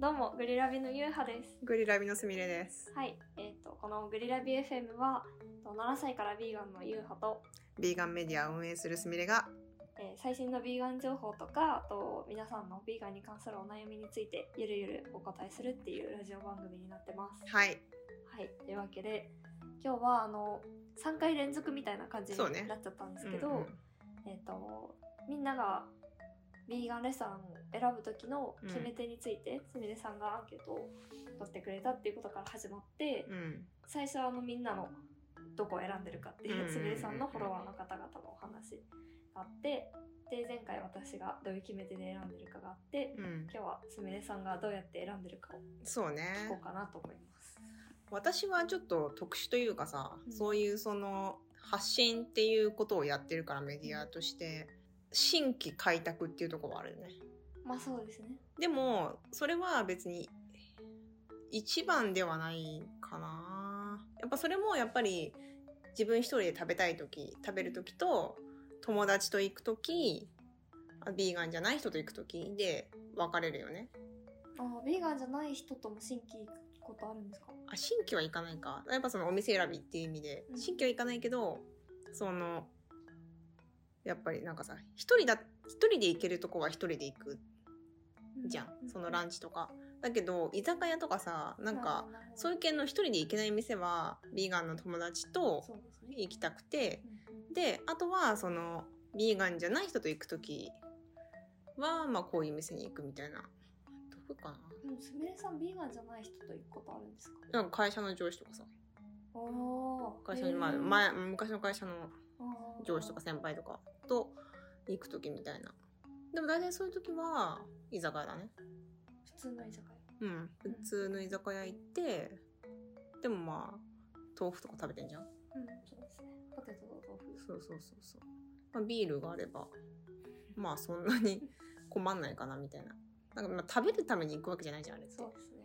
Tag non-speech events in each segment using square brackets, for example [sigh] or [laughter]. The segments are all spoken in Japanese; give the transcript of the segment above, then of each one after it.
どうもグリラビのゆうはですグリラビのすみれです。はいえっ、とこのグリラビ FM はと7歳からビーガンのゆうはと、ビーガンメディアを運営するすみれが、えー最新のビーガン情報とかあと皆さんのビーガンに関するお悩みについてゆるゆるお答えするっていうラジオ番組になってますはい、はいというわけで今日はあの3回連続みたいな感じそうねになっちゃったんですけど、うんうんえっ、とみんながビーガンレストランを選ぶ時の決め手についてすみれさんがアンケートを取ってくれたっていうことから始まって、うん、最初はあのみんなのどこを選んでるかってうんういんううんうんすみれさんのフォロワーの方々のお話があってで前回私がどういう決め手で選んでるかがあってうん、今日はすみれさんがどうやって選んでるかをそう聞こねう。かなと思います。私はちょっと特殊というかさ、うんそういうその発信っていうことをやってるからメディアとして新規開拓っていうところはあるよね。まあそうですね。でもそれは別に一番ではないかな。やっぱそれもやっぱり自分一人で食べたい時食べる時と友達と行く時あビーガンじゃない人と行く時で分かれるよね。あーヴィーガンじゃない人とも新規行くことあるんですか？あ新規は行かないかやっぱそのお店選びっていう意味でうん新規は行かないけど、そのやっぱりなんかさ一人だ一人で行けるとこは一人で行くじゃん、そのランンチとかだけど居酒屋とかさなんかそういいう系の一人で行けない店はビーガンの友達とそうですね。行きたくてうんうんであとはそのビーガンじゃない人と行く時はまあこういう店に行くみたいなどこかなでもすみれさんビーガンじゃない人と行くことあるんですか？なんか会社の上司とかさおお。会社の、まあ、へー前昔の会社のあー上司とか先輩とかと行く時みたいなでも大体そういう時は居酒屋だね普通の居酒屋。うんうん普通の居酒屋行ってでもまあ豆腐とか食べてんじゃんうん、そうですね。ポテトと豆腐。そうそうそうそう、まあ、ビールがあればまあそんなに [laughs] 困んないかなみたいななんかまあ食べるために行くわけじゃないじゃんあれってそうですね。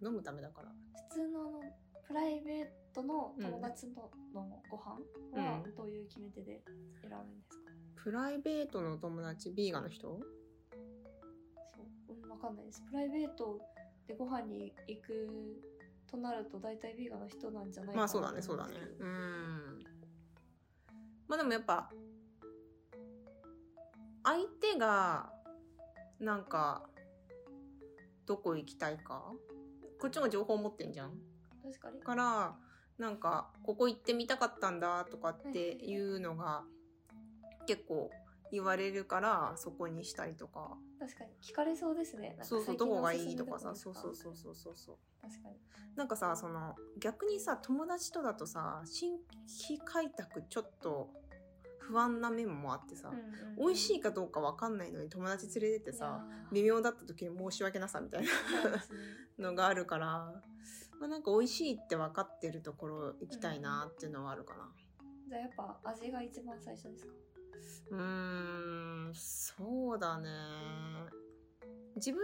うん、飲むためだから普通のあのプライベートの友達とのご飯はうんどういう決め手で選ぶんですか、プライベートのお友達ビーガンのそ人う、うん、わかんないです。プライベートでご飯に行くとなると大体ビーガンの人なんじゃないかなまあそうだねそうだねと思うんですうんまあでもやっぱ相手がなんかどこ行きたいかこっちも情報持ってんじゃんけど確かにだ。からなんかここ行ってみたかったんだとかっていうのが結構言われるからそこにしたりとか確かに聞かれそうですね。なんかそうそう最近どのこがおすすいめいとかさですそうそうそうそうそうそう確かに。なんかさその逆にさ友達とだとさ新規開拓ちょっと不安な面もあってさ、美味しいかどうか分かんないのに友達連れてってさ微妙妙だった時に申し訳な [laughs] さみたいですね。なのがあるから、まあ、なんか美味しいって分かってるところ行きたいなっていうのはあるかな。じゃあやっぱ味が一番最初ですか。うーんそうだね自分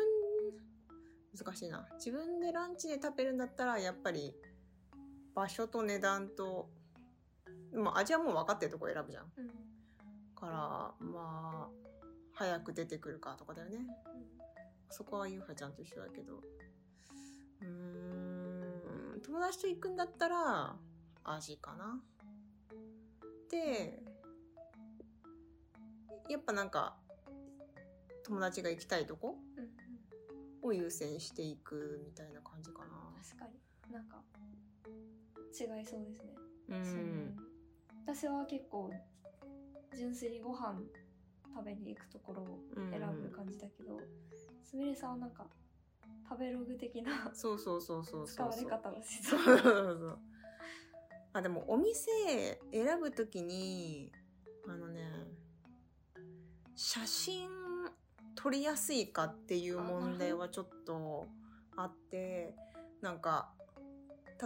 難しいな自分でランチで食べるんだったらやっぱり場所と値段とまあ味はもう分かってるとこ選ぶじゃんうん。からまあ早く出てくるかとかだよねそこはゆうはちゃんと一緒だけどうーん友達と行くんだったら味かなでやっぱなんか友達が行きたいとこうんうん。を優先していくみたいな感じかな確かになんか違いそうですね、うそのん私は結構純粋にご飯食べに行くところを選ぶ感じだけどすみれさんはなんか食べログ的なそうそうそうそう使そうわれそう方をして [laughs] そうそうそうあでもお店選ぶときにあのね写真撮りやすいかっていう問題はちょっとあってなんか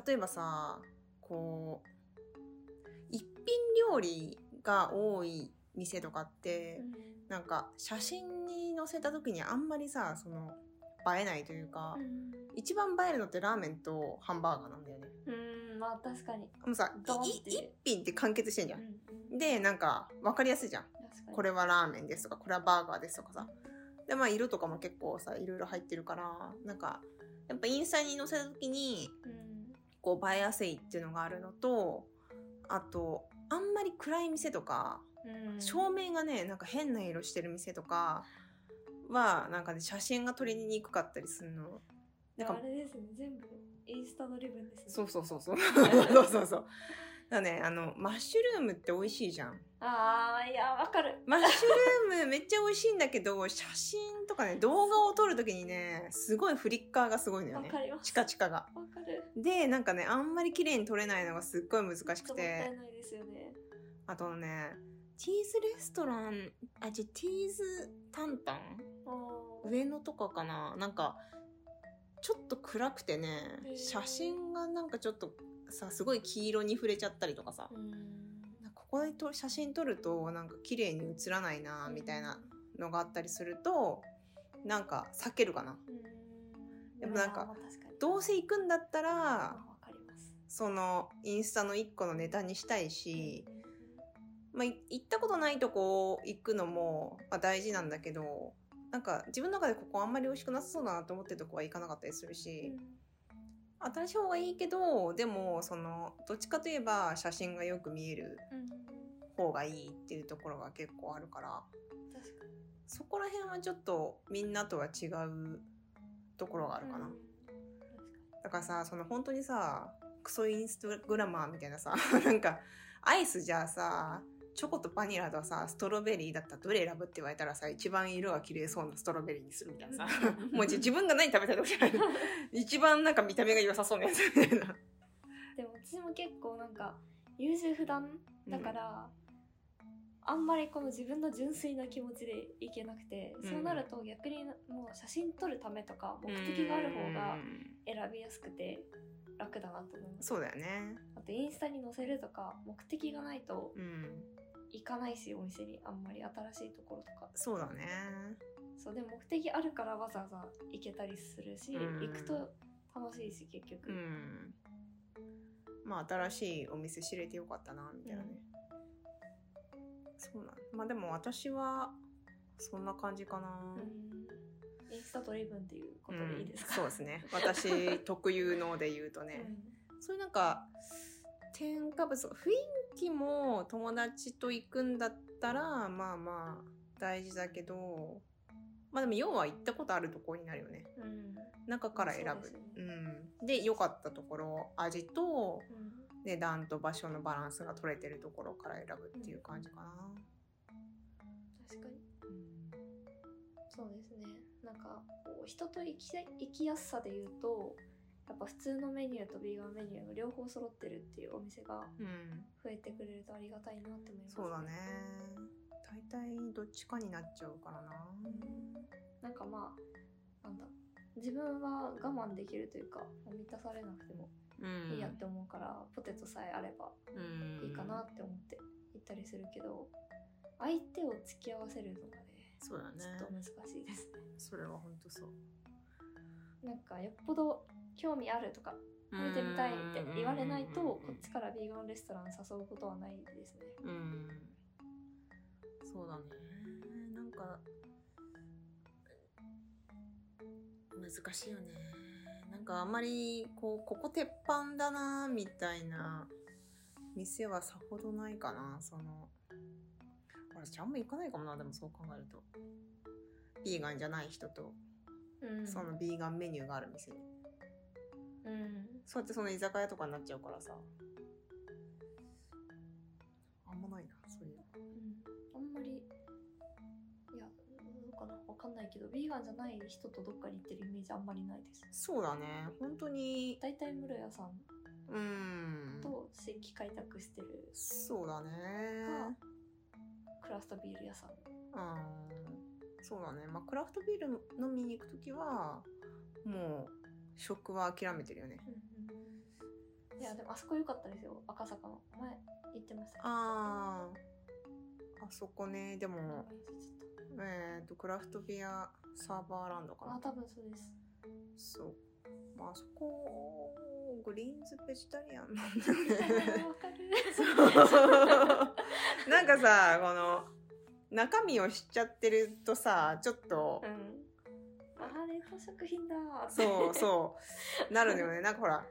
例えばさこう一品料理が多い店とかって、なんか写真に載せた時にあんまりさその映えないというか、一番映えるのってラーメンとハンバーガーなんだよね。うんまあ確かに、もうさ、ドンいって一品って完結してんじうゃん。ん、で、なんか、わかりやすいじゃん。確かにこれはラーメンですとか、これはバーガーですとかさ。でまあ色とかも結構さいろいろ入ってるからなんかやっぱインスタに載せた時にうんこう映えやすいっていうのがあるのとあとあんまり暗い店とかうん照明がねなんか変な色してる店とかはなんかね写真が撮りにくかったりするの。なんかあれですね全部インスタドリブンですねそうそうそうそう [laughs] そうそうそう。だねあのマッシュルームって美味しいじゃん。ああいやわかるマッシュルームめっちゃ美味しいんだけど写真とかね動画を撮るときにねすごいフリッカーがすごいのよわねかりますチカチカが。わかるでなんかねあんまり綺麗に撮れないのがすっごい難ちしょっともくったていないですよねあとねティーズレストランあじゃティーズタンタンおー上野とかかななんかちょっと暗くてねへー写真がなんかちょっとさすごい黄色に触れちゃったりとかさうんなんかここでと写真撮るとなんか綺麗に写らないなみたいなのがあったりするとなんか避けるかなうんでもなんかまあ確かにどうせ行くんだったまらあわかりますそのインスタの一個のネタにしたいし、まあ、い行ったことないとこ行くのも、まあ、大事なんだけどなんか自分の中でここあんまり美味しくなさそうだなと思ってるとこは行かなかったりするうんし、新しい方がいいけどでもそのどっちかといえば写真がよく見えるうん方がいいっていうところが結構あるから確かにそこら辺はちょっとみんなとは違うところがあるかな。うん確かにだからさその本当にさクソインスタグラマーみたいなさ [laughs] なんかアイスじゃあさチョコとバニラとさストロベリーだったらどれ選ぶって言われたらさ一番色が綺麗そうなストロベリーにするみたいなさ [laughs] もうじ自分が何食べたいとかじゃない一番なんか見た目が良さそうなやつみたいな [laughs] でも私も結構なんか優柔不断だから、あんまりこの自分の純粋な気持ちでいけなくて、うんそうなると逆にもう写真撮るためとか目的がある方うがん選びやすくて楽だなと思いますそうだよねあとインスタに載せるとか目的がないとうん行かないしお店にあんまり新しいところとかそうだねそうでも目的あるからわざわざ行けたりするし、うん行くと楽しいし結局、うんまあ新しいお店知れてよかったなみたいなね、そうなんまあでも私はそんな感じかな、うんインスタドリブンっていうことでいいですか、うんそうですね私特有ので言うとね、そういうなんか添加物雰囲気も友達と行くんだったらまあまあ大事だけどまあでも要は行ったことあるところになるよねうん、うん中から選ぶそうですうよんで良かったところ味とうん値段と場所のバランスが取れてるところから選ぶっていう感じかな、確かにそうですねなんかこう人と行きや行きやすさで言うとやっぱ普通のメニューとビーガンメニューが両方揃ってるっていうお店がうん増えてくれるとありがたいなって思います、そうだね大体どっちかになっちゃうからななんかまあなんだ自分は我慢できるというか満たされなくてもうんいいやって思うから、ポテトさえあればうんいいかなって思って行ったりするけど、相手を付き合わせるのがねそうだちねょっと難しいですねそれは本当そうなんかよっぽど興味あるとか食べてみたいって言われないとこっちからビーガンレストラン誘うことはないですねうんそうだねなんか難しいよねなんかあんまりこうここ鉄板だなみたいな店はさほどないかなその私あんま行かないかもなでもそう考えるとビーガンじゃない人とうんそのビーガンメニューがある店にうんそうやってその居酒屋とかになっちゃうからさあんまないなそういうのあんまりいやどうかなわかんないけどビーガンじゃない人とどっかに行ってるイメージあんまりないですそうだね本当に大体室屋さんうんと新規開拓してるそうだねクラフトビール屋さんうんそうだねまあクラフトビール飲みに行く時はもう食は諦めてるよねいやでもあそこ良かったですよ赤坂の前行ってましたあああそこねで名前も忘れちゃっえっ、とクラフトビアサーバーランドかたなあ多分そう [laughs] ですそうまああそこグリーンズベジタリアンなわん [laughs] だねかる [laughs] そうなんかさこの中身を知っちゃってるとさ、ちょっとう、ん。あれ、冷凍食品だーって。そうそう、なるのよね。なんかほら、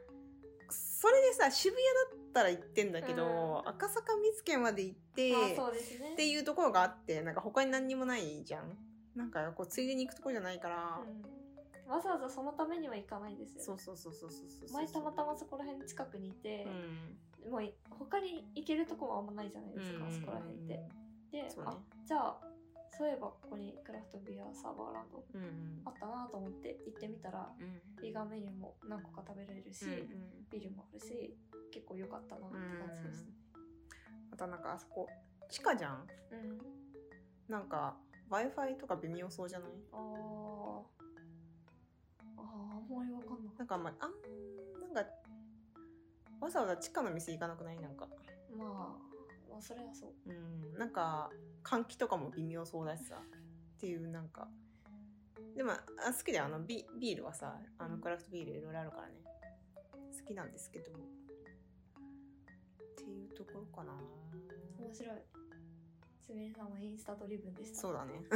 それでさ、渋谷だったら行ってんだけど、うん赤坂見附まで行って、あそうですね。っていうところがあって、なんか他に何にもないじゃん。なんかこう、ついでに行くとこじゃないから、うん、わざわざそのためには行かないですよそね。うそうそうそうそうそうそう。前たまたまそこら辺の近くにいてう、ん。もうい他に行けるとこもあんまないじゃないですか、そこら辺って。で、そうねあじゃあそういえばここにクラフトビアサーバーランドうんうんあったなと思って行ってみたらうんビーガンメニューも何個か食べられるし、うんうんビールもあるし結構良かったなって感じでしたね。またなんかあそこ地下じゃんうん、なんか w i f i とか微妙そうじゃないあーあーあんまりわかんなかなっんかあんまりあんなんかわざわざ地下の店行かなくないなんかた。まあ、まあそれはそう。うんなんか換気とかも微妙そうだしさっていうなんかでもあ好きであのビビールはさあのクラフトビールいろいろあるからね好きなんですけどっていうところかな面白い。すみれさんはインスタドリブンでした。そうだね。 [laughs]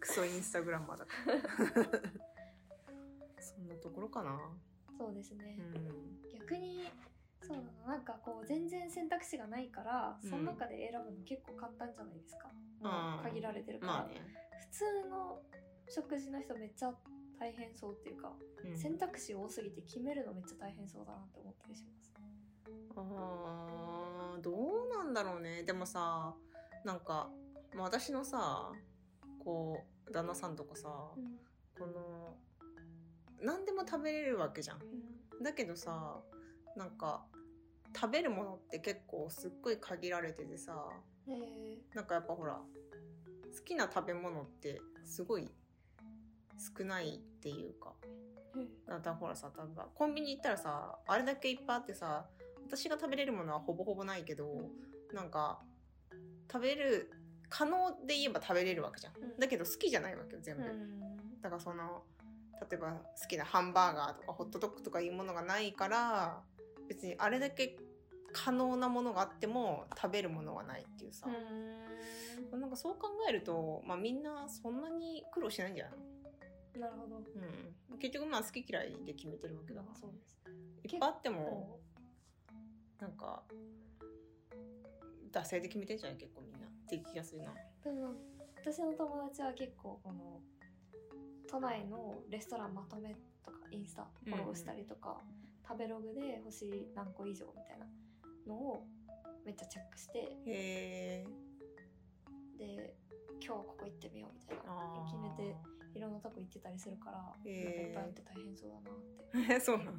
クソインスタグラマーだから。そんなところかな。そうですねう。ん。逆にそうだななんかこう全然選択肢がないから、うんその中で選ぶの結構簡単じゃないですか、あー限られてるから、まあね。普通の食事の人めっちゃ大変そうっていうか、うん選択肢多すぎて決めるのめっちゃ大変そうだなって思ったりしますあーどうなんだろうね。でもさ、なんか、まあ、私のさ、こう、旦那さんとかさ、うんこの、何でも食べれるわけじゃん。だけどさ、なんか、食べるものって結構すっごい限られててさ、えなんかやっぱほら好きな食べ物ってすごい少ないっていうかーだからほらさ多分コンビニ行ったらさあれだけいっぱいあってさ私が食べれるものはほぼほぼないけどなんか食べる可能で言えば食べれるわけじゃんうんだけど好きじゃないわけよ全う部、んだからその例えば好きなハンバーガーとかホットドッグとかいうものがないから別にあれだけ可能なものがあっても食べるものはないっていうさ、なんかそう考えると、まあ、みんなそんなに苦労しないんじゃないうんなるほどの、うん、結局まあ好き嫌いで決めてるわけだからそうですいっぱいあってもなんか惰性で決めてんじゃない結構みんなって気がするなでも私の友達は結構この都内のレストランまとめとかインスタフォローしたりとか、食べログで星何個以上みたいなのをめっちゃチェックしてへえで今日ここ行ってみようみたいな決めていろんなとこ行ってたりするから、へーなんかいっぱいあって大変そうだなってて [laughs] そうなの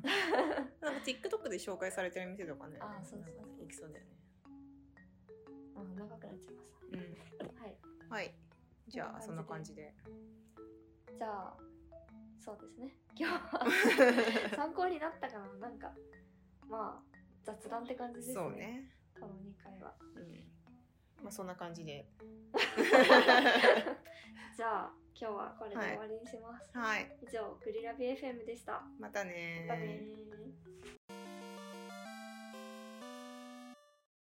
[laughs] なんか TikTok で紹介されてる店とかねあーそうそうそうなんかね行きそうだよねあ長くなっちゃいましたうんはいはいじゃあそこんんなな感感じじでじゃあそうですね今日は [laughs] 参考になったかななんかまあ雑談って感じですそうね、この2回は。うん、まあそんな感じで [laughs] じゃあ今日はこれで終わりにします。はい以上グリラビ FM でした。またねまたねー